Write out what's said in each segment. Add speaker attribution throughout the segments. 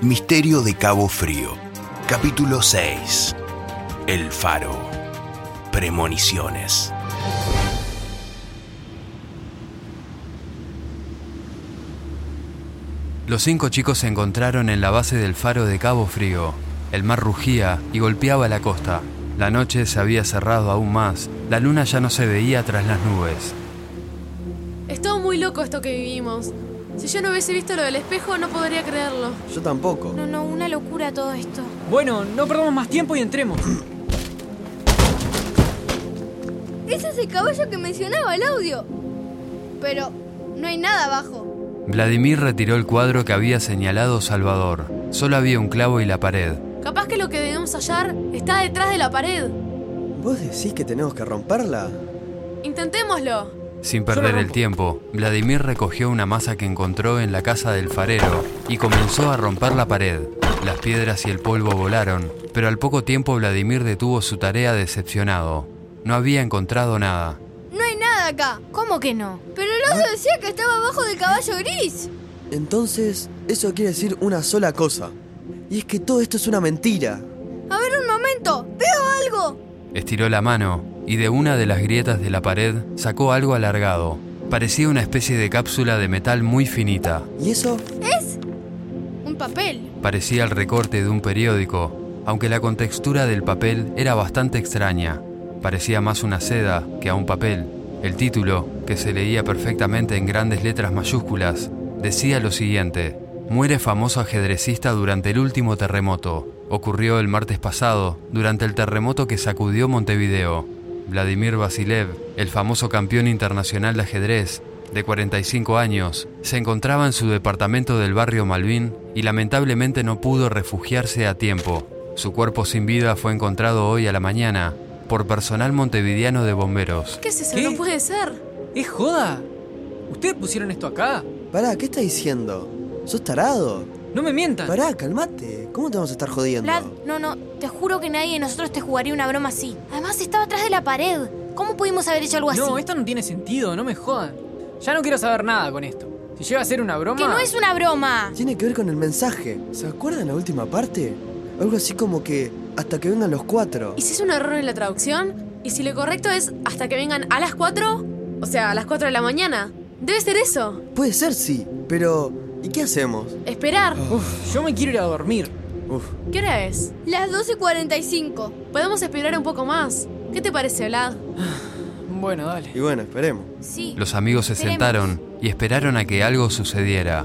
Speaker 1: Misterio de Cabo Frío. Capítulo 6. El Faro. Premoniciones.
Speaker 2: Los cinco chicos se encontraron en la base del faro de Cabo Frío. El mar rugía y golpeaba la costa. La noche se había cerrado aún más. La luna ya no se veía tras las nubes.
Speaker 3: Es todo muy loco esto que vivimos. Si yo no hubiese visto lo del espejo, no podría creerlo.
Speaker 4: Yo tampoco.
Speaker 5: No, no, una locura todo esto.
Speaker 6: Bueno, no perdamos más tiempo y entremos.
Speaker 7: Ese es el caballo que mencionaba el audio. Pero no hay nada abajo.
Speaker 2: Vladimir retiró el cuadro que había señalado Salvador. Solo había un clavo y la pared.
Speaker 3: Capaz que lo que debemos hallar está detrás de la pared.
Speaker 4: ¿Vos decís que tenemos que romperla?
Speaker 3: Intentémoslo.
Speaker 2: Sin
Speaker 6: la
Speaker 2: perder el
Speaker 6: rompo.
Speaker 2: tiempo, Vladimir recogió una masa que encontró en la casa del farero y comenzó a romper la pared. Las piedras y el polvo volaron, pero al poco tiempo Vladimir detuvo su tarea decepcionado. No había encontrado nada.
Speaker 7: No hay nada acá.
Speaker 5: ¿Cómo que no?
Speaker 7: Pero el oso decía que estaba abajo del caballo gris.
Speaker 4: Entonces, eso quiere decir una sola cosa. Y es que todo esto es una mentira.
Speaker 7: A ver un momento. Veo algo.
Speaker 2: Estiró la mano y de una de las grietas de la pared sacó algo alargado. Parecía una especie de cápsula de metal muy finita.
Speaker 4: ¿Y eso?
Speaker 7: Un papel.
Speaker 2: Parecía el recorte de un periódico, aunque la contextura del papel era bastante extraña. Parecía más una seda que a un papel. El título, que se leía perfectamente en grandes letras mayúsculas, decía lo siguiente. Muere famoso ajedrecista durante el último terremoto. Ocurrió el martes pasado, durante el terremoto que sacudió Montevideo. Vladimir Vasilev, el famoso campeón internacional de ajedrez, de 45 años, se encontraba en su departamento del barrio Malvin y lamentablemente no pudo refugiarse a tiempo. Su cuerpo sin vida fue encontrado hoy a la mañana por personal montevideano de bomberos.
Speaker 3: ¿Qué es eso?
Speaker 6: ¿Qué?
Speaker 3: No puede ser.
Speaker 6: ¡Es joda! ¿Ustedes pusieron esto acá?
Speaker 4: Pará, ¿qué estás diciendo? ¿Sos tarado?
Speaker 6: No me mientan.
Speaker 4: Pará, calmate. ¿Cómo te vamos a estar jodiendo?
Speaker 5: Vlad, no, no, te juro que nadie de nosotros te jugaría una broma así. Además, estaba atrás de la pared. ¿Cómo pudimos haber hecho algo así?
Speaker 6: no, esto no tiene sentido, no me jodan. Ya no quiero saber nada con esto. Si llega a ser una broma.
Speaker 5: ¡Que no es una broma!
Speaker 4: Tiene que ver con el mensaje. ¿Se acuerdan la última parte? Algo así como que hasta que vengan los cuatro.
Speaker 3: ¿Y si es un error en la traducción? ¿Y si lo correcto es hasta que vengan a las 4? O sea, a las 4 de la mañana. Debe ser eso.
Speaker 4: Puede ser, sí, pero ¿y qué hacemos?
Speaker 3: Esperar.
Speaker 6: Uf, yo me quiero ir a dormir.
Speaker 4: Uf,
Speaker 3: ¿Qué hora es?
Speaker 7: Las 12 y 45.
Speaker 3: Podemos esperar un poco más. ¿Qué te parece, Vlad?
Speaker 6: Bueno, dale.
Speaker 4: y bueno, esperemos.
Speaker 5: Sí.
Speaker 2: Los amigos se
Speaker 5: Esperemos.
Speaker 2: sentaron y esperaron a que algo sucediera.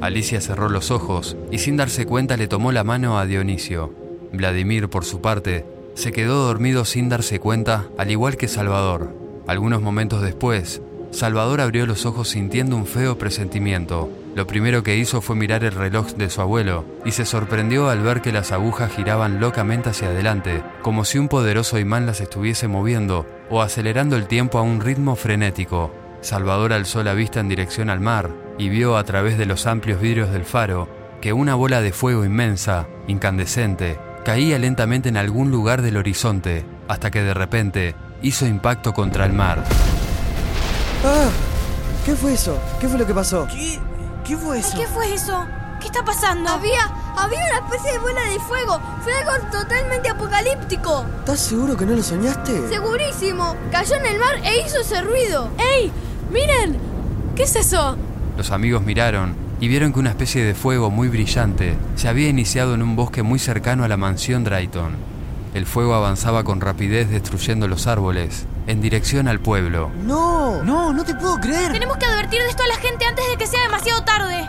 Speaker 2: Alicia cerró los ojos y sin darse cuenta le tomó la mano a Dionisio. Vladimir, por su parte, se quedó dormido sin darse cuenta, al igual que Salvador. Algunos momentos después, Salvador abrió los ojos sintiendo un feo presentimiento. Lo primero que hizo fue mirar el reloj de su abuelo y se sorprendió al ver que las agujas giraban locamente hacia adelante, como si un poderoso imán las estuviese moviendo o acelerando el tiempo a un ritmo frenético. Salvador alzó la vista en dirección al mar y vio a través de los amplios vidrios del faro que una bola de fuego inmensa, incandescente, caía lentamente en algún lugar del horizonte, hasta que de repente hizo impacto contra el mar.
Speaker 4: ¡Ah! ¿Qué fue eso? ¿Qué fue lo que pasó?
Speaker 6: ¿Qué? ¿Qué fue
Speaker 5: Ay,
Speaker 6: eso?
Speaker 5: ¿Qué fue eso? ¿Qué está pasando?
Speaker 7: Había, había una especie de bola de fuego. Fue algo totalmente apocalíptico.
Speaker 4: ¿Estás seguro que no lo soñaste?
Speaker 7: Segurísimo. Cayó en el mar e hizo ese ruido.
Speaker 3: ¡Ey! ¡Miren! ¿Qué es eso?
Speaker 2: Los amigos miraron y vieron que una especie de fuego muy brillante se había iniciado en un bosque muy cercano a la mansión Drayton. El fuego avanzaba con rapidez destruyendo los árboles, en dirección al pueblo.
Speaker 4: ¡No!
Speaker 6: No, no te puedo creer.
Speaker 5: Tenemos que advertir de esto a la gente antes de que sea demasiado tarde.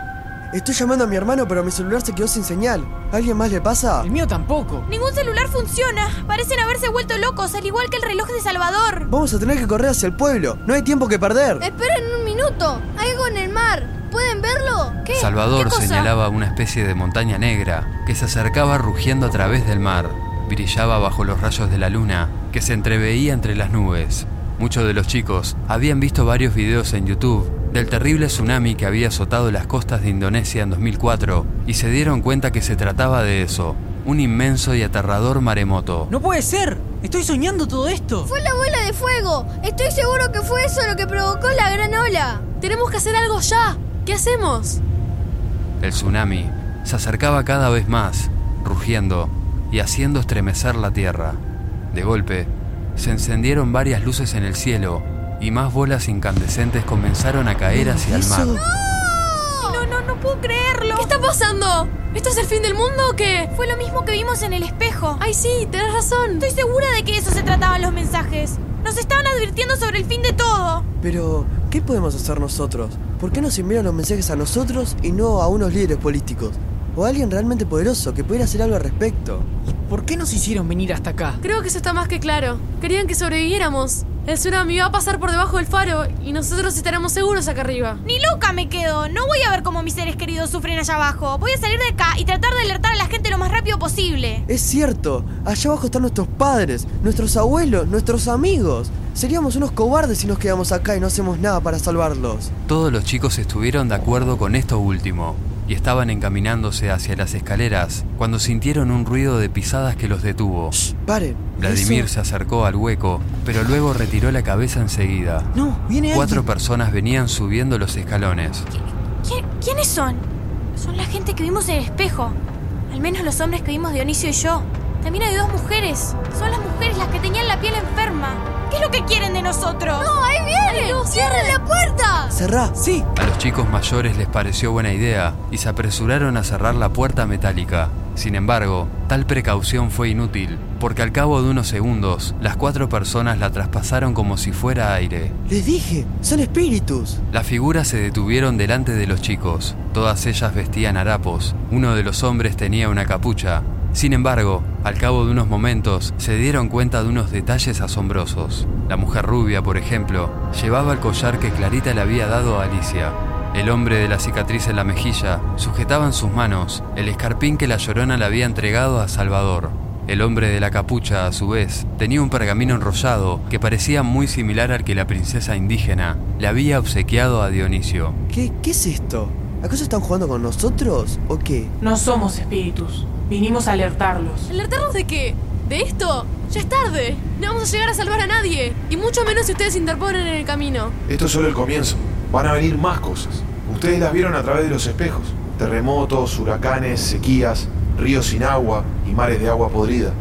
Speaker 4: Estoy llamando a mi hermano, pero mi celular se quedó sin señal. ¿A ¿Alguien más le pasa?
Speaker 6: El mío tampoco.
Speaker 5: Ningún celular funciona. Parecen haberse vuelto locos, al igual que el reloj de Salvador.
Speaker 4: Vamos a tener que correr hacia el pueblo. No hay tiempo que perder.
Speaker 7: Esperen un minuto. Hay algo en el mar. ¿Pueden verlo?
Speaker 5: ¿Qué?
Speaker 2: Salvador
Speaker 5: ¿Qué cosa?
Speaker 2: señalaba una especie de montaña negra que se acercaba rugiendo a través del mar. Brillaba bajo los rayos de la luna que se entreveía entre las nubes. Muchos de los chicos habían visto varios videos en YouTube del terrible tsunami que había azotado las costas de Indonesia en 2004 y se dieron cuenta que se trataba de eso, un inmenso y aterrador maremoto.
Speaker 6: No puede ser. Estoy soñando todo esto.
Speaker 7: Fue la bola de fuego. Estoy seguro que fue eso lo que provocó la gran ola.
Speaker 3: Tenemos que hacer algo ya. ¿Qué hacemos?
Speaker 2: El tsunami se acercaba cada vez más, rugiendo y haciendo estremecer la tierra. De golpe, se encendieron varias luces en el cielo y más bolas incandescentes comenzaron a caer hacia el mar.
Speaker 4: Eso.
Speaker 5: No, no, no puedo creerlo.
Speaker 3: ¿Qué está pasando? ¿Esto es el fin del mundo o qué?
Speaker 5: Fue lo mismo que vimos en el espejo.
Speaker 3: Ay, sí, tenés razón.
Speaker 5: Estoy segura de que de eso se trataban los mensajes. Nos estaban advirtiendo sobre el fin de todo.
Speaker 4: Pero, ¿qué podemos hacer nosotros? ¿Por qué nos envían los mensajes a nosotros y no a unos líderes políticos? O a alguien realmente poderoso que pudiera hacer algo al respecto.
Speaker 6: ¿Por qué nos hicieron venir hasta acá?
Speaker 3: Creo que eso está más que claro. Querían que sobreviviéramos. El tsunami va a pasar por debajo del faro y nosotros estaremos seguros acá arriba.
Speaker 5: Ni loca me quedo. No voy a ver cómo mis seres queridos sufren allá abajo. Voy a salir de acá y tratar de alertar a la gente lo más rápido posible.
Speaker 4: Es cierto, allá abajo están nuestros padres, nuestros abuelos, nuestros amigos. Seríamos unos cobardes si nos quedamos acá y no hacemos nada para salvarlos.
Speaker 2: Todos los chicos estuvieron de acuerdo con esto último y estaban encaminándose hacia las escaleras cuando sintieron un ruido de pisadas que los detuvo.
Speaker 4: Paren.
Speaker 2: Vladimir
Speaker 4: eso-
Speaker 2: se acercó al hueco, pero luego retiró la cabeza enseguida.
Speaker 6: No, viene
Speaker 2: Cuatro personas venían subiendo los escalones.
Speaker 5: ¿Qui- ¿Quiénes son? Son la gente que vimos en el espejo. Al menos los hombres que vimos Dionisio y yo. También hay dos mujeres. Son las mujeres las que tenían la piel enferma. ¿Qué es lo que quieren de nosotros?
Speaker 7: ¡Ahí viene! ¡Cierren la puerta!
Speaker 4: Cerrá.
Speaker 6: Sí,
Speaker 2: A los chicos mayores les pareció buena idea y se apresuraron a cerrar la puerta metálica. Sin embargo, tal precaución fue inútil, porque al cabo de unos segundos, las cuatro personas la traspasaron como si fuera aire.
Speaker 4: Les dije, son espíritus.
Speaker 2: Las figuras se detuvieron delante de los chicos. Todas ellas vestían harapos. Uno de los hombres tenía una capucha. Sin embargo, al cabo de unos momentos, se dieron cuenta de unos detalles asombrosos. La mujer rubia, por ejemplo, llevaba el collar que Clarita le había dado a Alicia. El hombre de la cicatriz en la mejilla sujetaba en sus manos el escarpín que la llorona le había entregado a Salvador. El hombre de la capucha, a su vez, tenía un pergamino enrollado que parecía muy similar al que la princesa indígena le había obsequiado a Dionisio.
Speaker 4: ¿Qué, qué es esto? ¿Acaso están jugando con nosotros o qué?
Speaker 8: No somos espíritus. Vinimos a alertarlos.
Speaker 3: ¿Alertarnos de qué? ¿De esto? Ya es tarde. No vamos a llegar a salvar a nadie. Y mucho menos si ustedes se interponen en el camino.
Speaker 9: Esto es solo el comienzo. Van a venir más cosas. Ustedes las vieron a través de los espejos. Terremotos, huracanes, sequías, ríos sin agua y mares de agua podrida.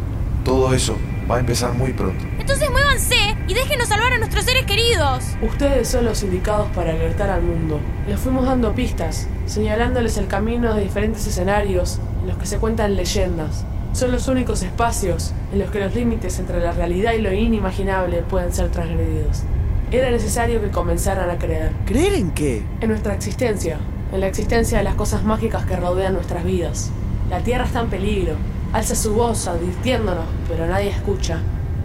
Speaker 9: Todo eso va a empezar muy pronto.
Speaker 5: Entonces muévanse y déjenos salvar a nuestros seres queridos.
Speaker 8: Ustedes son los indicados para alertar al mundo. Les fuimos dando pistas, señalándoles el camino de diferentes escenarios en los que se cuentan leyendas. Son los únicos espacios en los que los límites entre la realidad y lo inimaginable pueden ser transgredidos. Era necesario que comenzaran a creer
Speaker 4: ¿Creer en qué?
Speaker 8: en nuestra existencia, en la existencia de las cosas mágicas que rodean nuestras vidas. La Tierra está en peligro. Alza su voz advirtiéndonos, pero nadie escucha.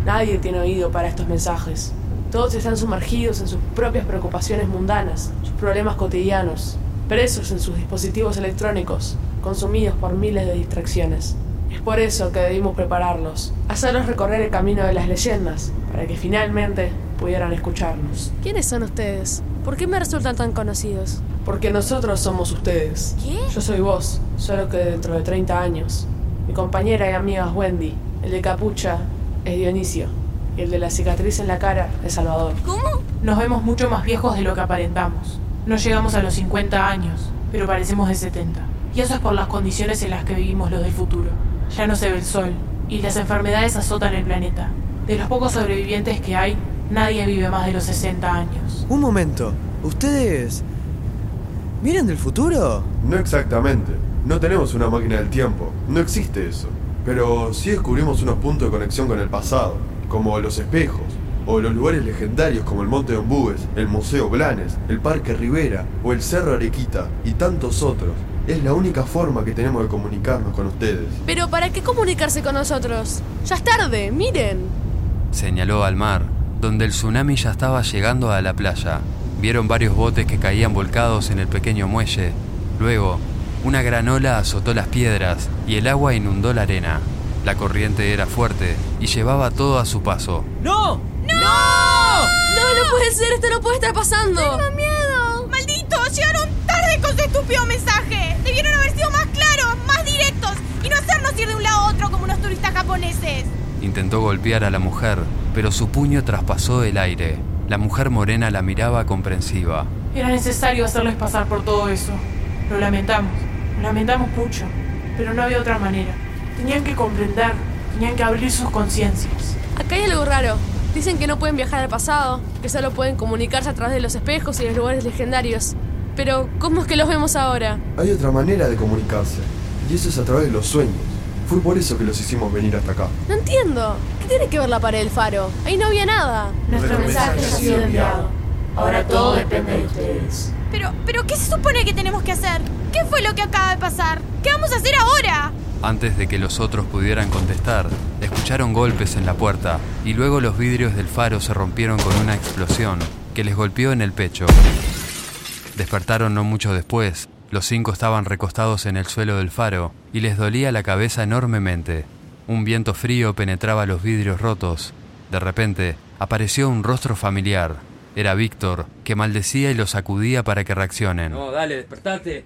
Speaker 8: Nadie tiene oído para estos mensajes. Todos están sumergidos en sus propias preocupaciones mundanas, sus problemas cotidianos, presos en sus dispositivos electrónicos, consumidos por miles de distracciones. Es por eso que debimos prepararlos, hacerlos recorrer el camino de las leyendas, para que finalmente pudieran escucharnos.
Speaker 3: ¿Quiénes son ustedes? ¿Por qué me resultan tan conocidos?
Speaker 8: Porque nosotros somos ustedes.
Speaker 5: ¿Qué?
Speaker 8: Yo soy vos, solo que dentro de 30 años. Mi compañera y amiga es Wendy. El de capucha es Dionisio. Y el de la cicatriz en la cara es Salvador.
Speaker 5: ¿Cómo?
Speaker 8: Nos vemos mucho más viejos de lo que aparentamos. No llegamos a los 50 años, pero parecemos de 70. Y eso es por las condiciones en las que vivimos los del futuro. Ya no se ve el sol, y las enfermedades azotan el planeta. De los pocos sobrevivientes que hay, nadie vive más de los 60 años.
Speaker 4: Un momento. ¿Ustedes... ¿Vienen del futuro?
Speaker 9: No exactamente. No tenemos una máquina del tiempo. No existe eso. Pero sí descubrimos unos puntos de conexión con el pasado, como los espejos, o los lugares legendarios como el Monte de Ombúes, el Museo Blanes, el Parque Rivera o el Cerro Arequita y tantos otros. Es la única forma que tenemos de comunicarnos con ustedes.
Speaker 3: Pero ¿para qué comunicarse con nosotros? Ya es tarde, miren.
Speaker 2: Señaló al mar, donde el tsunami ya estaba llegando a la playa. Vieron varios botes que caían volcados en el pequeño muelle. Luego, una gran ola azotó las piedras y el agua inundó la arena. La corriente era fuerte y llevaba todo a su paso.
Speaker 6: ¡No! ¡No!
Speaker 3: No, no puede ser, esto no puede estar pasando.
Speaker 5: miedo! ¡Malditos! Llegaron tarde con su estúpido mensaje. Debieron haber sido más claros, más directos y no hacernos ir de un lado a otro como unos turistas japoneses.
Speaker 2: Intentó golpear a la mujer, pero su puño traspasó el aire. La mujer morena la miraba comprensiva.
Speaker 8: Era necesario hacerles pasar por todo eso. Lo lamentamos.
Speaker 10: lamentamos mucho, pero no había otra manera. Tenían que comprender, tenían que abrir sus conciencias.
Speaker 8: Acá hay algo raro. Dicen que no pueden viajar al pasado, que solo pueden comunicarse a través de los espejos y los lugares legendarios. Pero, ¿cómo es que los vemos ahora?
Speaker 9: Hay otra manera de comunicarse, y eso es a través de los sueños. Fue por eso que los hicimos venir hasta acá.
Speaker 8: No entiendo. ¿Qué tiene que ver la pared del faro? Ahí no había nada.
Speaker 10: Nuestro mensaje ha sido enviado. Ahora todo depende de ustedes.
Speaker 5: Pero, pero, ¿qué se supone que tenemos que hacer? ¿Qué fue lo que acaba de pasar? ¿Qué vamos a hacer ahora?
Speaker 2: Antes de que los otros pudieran contestar, escucharon golpes en la puerta y luego los vidrios del faro se rompieron con una explosión que les golpeó en el pecho. Despertaron no mucho después, los cinco estaban recostados en el suelo del faro y les dolía la cabeza enormemente. Un viento frío penetraba los vidrios rotos. De repente, apareció un rostro familiar. Era Víctor, que maldecía y los sacudía para que reaccionen.
Speaker 11: No, dale, despertate.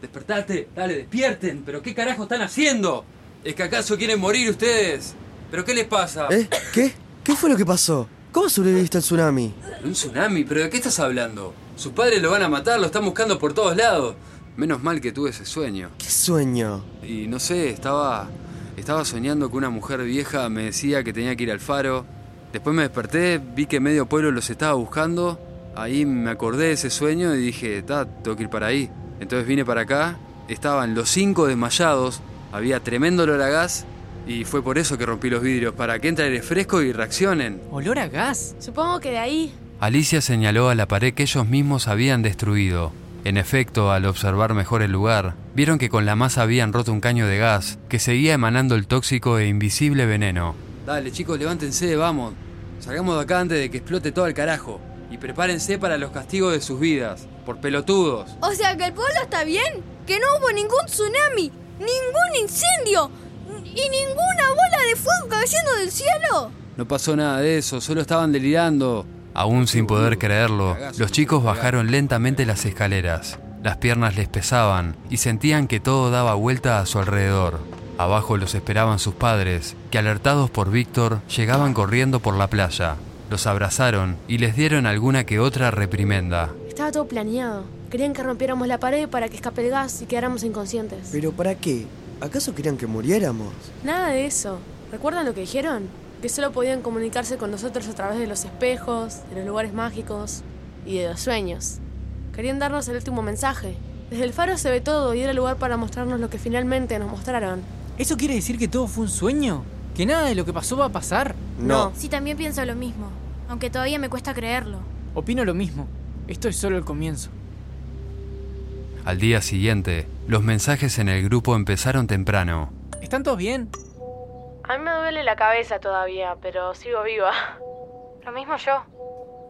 Speaker 11: Despertate, dale, despierten. ¿Pero qué carajo están haciendo? ¿Es que acaso quieren morir ustedes? ¿Pero qué les pasa?
Speaker 12: ¿Eh? ¿Qué? ¿Qué fue lo que pasó? ¿Cómo sobreviviste al tsunami?
Speaker 11: ¿Un tsunami? ¿Pero de qué estás hablando? Sus padres lo van a matar, lo están buscando por todos lados. Menos mal que tuve ese sueño.
Speaker 12: ¿Qué sueño?
Speaker 11: Y no sé, estaba. Estaba soñando que una mujer vieja me decía que tenía que ir al faro. Después me desperté, vi que medio pueblo los estaba buscando. Ahí me acordé de ese sueño y dije, ta, tengo que ir para ahí. Entonces vine para acá, estaban los cinco desmayados, había tremendo olor a gas y fue por eso que rompí los vidrios, para que entre aire fresco y reaccionen.
Speaker 6: ¿Olor a gas?
Speaker 8: Supongo que de ahí.
Speaker 2: Alicia señaló a la pared que ellos mismos habían destruido. En efecto, al observar mejor el lugar, vieron que con la masa habían roto un caño de gas que seguía emanando el tóxico e invisible veneno.
Speaker 11: Dale, chicos, levántense, vamos. Salgamos de acá antes de que explote todo el carajo. Y prepárense para los castigos de sus vidas, por pelotudos.
Speaker 3: O sea que el pueblo está bien, que no hubo ningún tsunami, ningún incendio y ninguna bola de fuego cayendo del cielo.
Speaker 11: No pasó nada de eso, solo estaban delirando.
Speaker 2: Aún sin poder creerlo, los chicos bajaron lentamente las escaleras. Las piernas les pesaban y sentían que todo daba vuelta a su alrededor. Abajo los esperaban sus padres, que alertados por Víctor, llegaban corriendo por la playa. Los abrazaron y les dieron alguna que otra reprimenda.
Speaker 8: Estaba todo planeado. Querían que rompiéramos la pared para que escape el gas y quedáramos inconscientes.
Speaker 12: ¿Pero para qué? ¿Acaso querían que muriéramos?
Speaker 8: Nada de eso. ¿Recuerdan lo que dijeron? Que solo podían comunicarse con nosotros a través de los espejos, de los lugares mágicos y de los sueños. Querían darnos el último mensaje. Desde el faro se ve todo y era el lugar para mostrarnos lo que finalmente nos mostraron.
Speaker 6: ¿Eso quiere decir que todo fue un sueño? ¿Que nada de lo que pasó va a pasar?
Speaker 12: No.
Speaker 5: Sí, también pienso lo mismo, aunque todavía me cuesta creerlo.
Speaker 6: Opino lo mismo. Esto es solo el comienzo.
Speaker 2: Al día siguiente, los mensajes en el grupo empezaron temprano.
Speaker 6: ¿Están todos bien?
Speaker 8: A mí me duele la cabeza todavía, pero sigo viva.
Speaker 5: Lo mismo yo.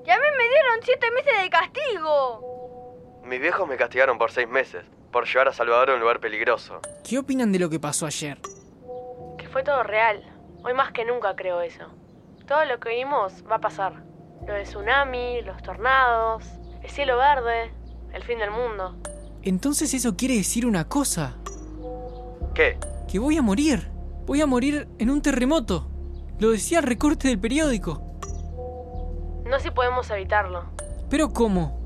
Speaker 3: Y a mí me dieron siete meses de castigo.
Speaker 4: Mis viejos me castigaron por seis meses, por llevar a Salvador a un lugar peligroso.
Speaker 6: ¿Qué opinan de lo que pasó ayer?
Speaker 8: Que fue todo real. Hoy más que nunca creo eso. Todo lo que vimos va a pasar. Lo del tsunami, los tornados, el cielo verde, el fin del mundo.
Speaker 6: Entonces eso quiere decir una cosa.
Speaker 4: ¿Qué?
Speaker 6: Que voy a morir. Voy a morir en un terremoto. Lo decía el recorte del periódico.
Speaker 8: No si podemos evitarlo.
Speaker 6: Pero ¿cómo?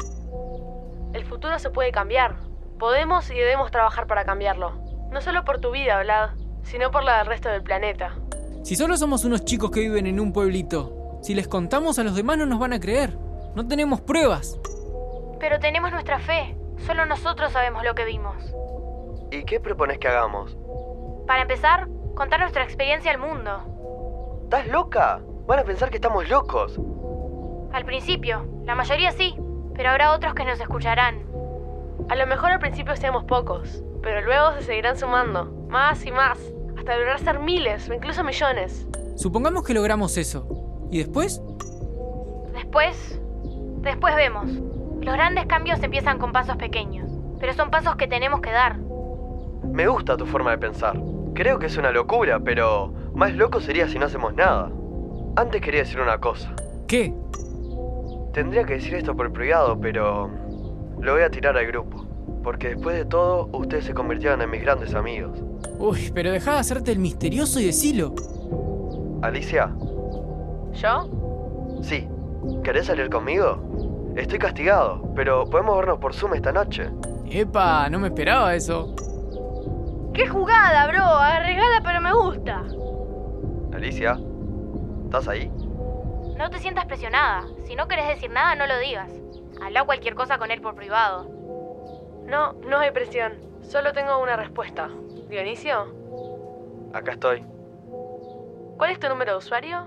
Speaker 8: El futuro se puede cambiar. Podemos y debemos trabajar para cambiarlo. No solo por tu vida, Vlad, sino por la del resto del planeta.
Speaker 6: Si solo somos unos chicos que viven en un pueblito, si les contamos a los demás no nos van a creer. No tenemos pruebas.
Speaker 5: Pero tenemos nuestra fe. Solo nosotros sabemos lo que vimos.
Speaker 4: ¿Y qué propones que hagamos?
Speaker 5: Para empezar, contar nuestra experiencia al mundo.
Speaker 4: ¿Estás loca? Van a pensar que estamos locos.
Speaker 5: Al principio, la mayoría sí, pero habrá otros que nos escucharán.
Speaker 8: A lo mejor al principio seamos pocos, pero luego se seguirán sumando, más y más, hasta lograr ser miles o incluso millones.
Speaker 6: Supongamos que logramos eso. ¿Y después?
Speaker 5: Después, después vemos. Los grandes cambios empiezan con pasos pequeños, pero son pasos que tenemos que dar.
Speaker 4: Me gusta tu forma de pensar. Creo que es una locura, pero más loco sería si no hacemos nada. Antes quería decir una cosa.
Speaker 6: ¿Qué?
Speaker 4: Tendría que decir esto por privado, pero lo voy a tirar al grupo. Porque después de todo, ustedes se convirtieron en mis grandes amigos.
Speaker 6: Uy, pero dejá de hacerte el misterioso y decilo.
Speaker 4: Alicia,
Speaker 8: ¿Yo?
Speaker 4: sí, ¿querés salir conmigo? Estoy castigado, pero podemos vernos por Zoom esta noche.
Speaker 6: Epa, no me esperaba eso.
Speaker 13: ¡Qué jugada, bro! Arriesgada, pero me gusta.
Speaker 14: Alicia, ¿estás ahí?
Speaker 15: No te sientas presionada. Si no querés decir nada, no lo digas. Habla cualquier cosa con él por privado.
Speaker 3: No, no hay presión. Solo tengo una respuesta. Dionisio,
Speaker 14: Acá estoy.
Speaker 3: ¿cuál es tu número de usuario?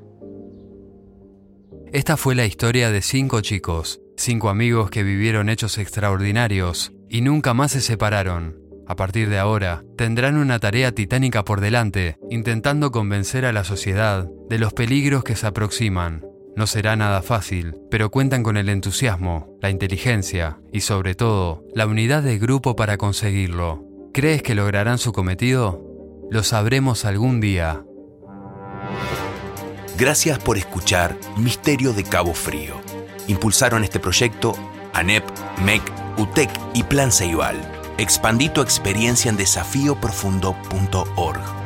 Speaker 2: Esta fue la historia de cinco chicos, cinco amigos que vivieron hechos extraordinarios y nunca más se separaron. A partir de ahora, tendrán una tarea titánica por delante, intentando convencer a la sociedad de los peligros que se aproximan. No será nada fácil, pero cuentan con el entusiasmo, la inteligencia y sobre todo, la unidad de grupo para conseguirlo. ¿Crees que lograrán su cometido? Lo sabremos algún día.
Speaker 1: Gracias por escuchar Misterio de Cabo Frío. Impulsaron este proyecto ANEP, MEC, UTEC y Plan Ceibal. Expandí tu experiencia en desafíoprofundo.org.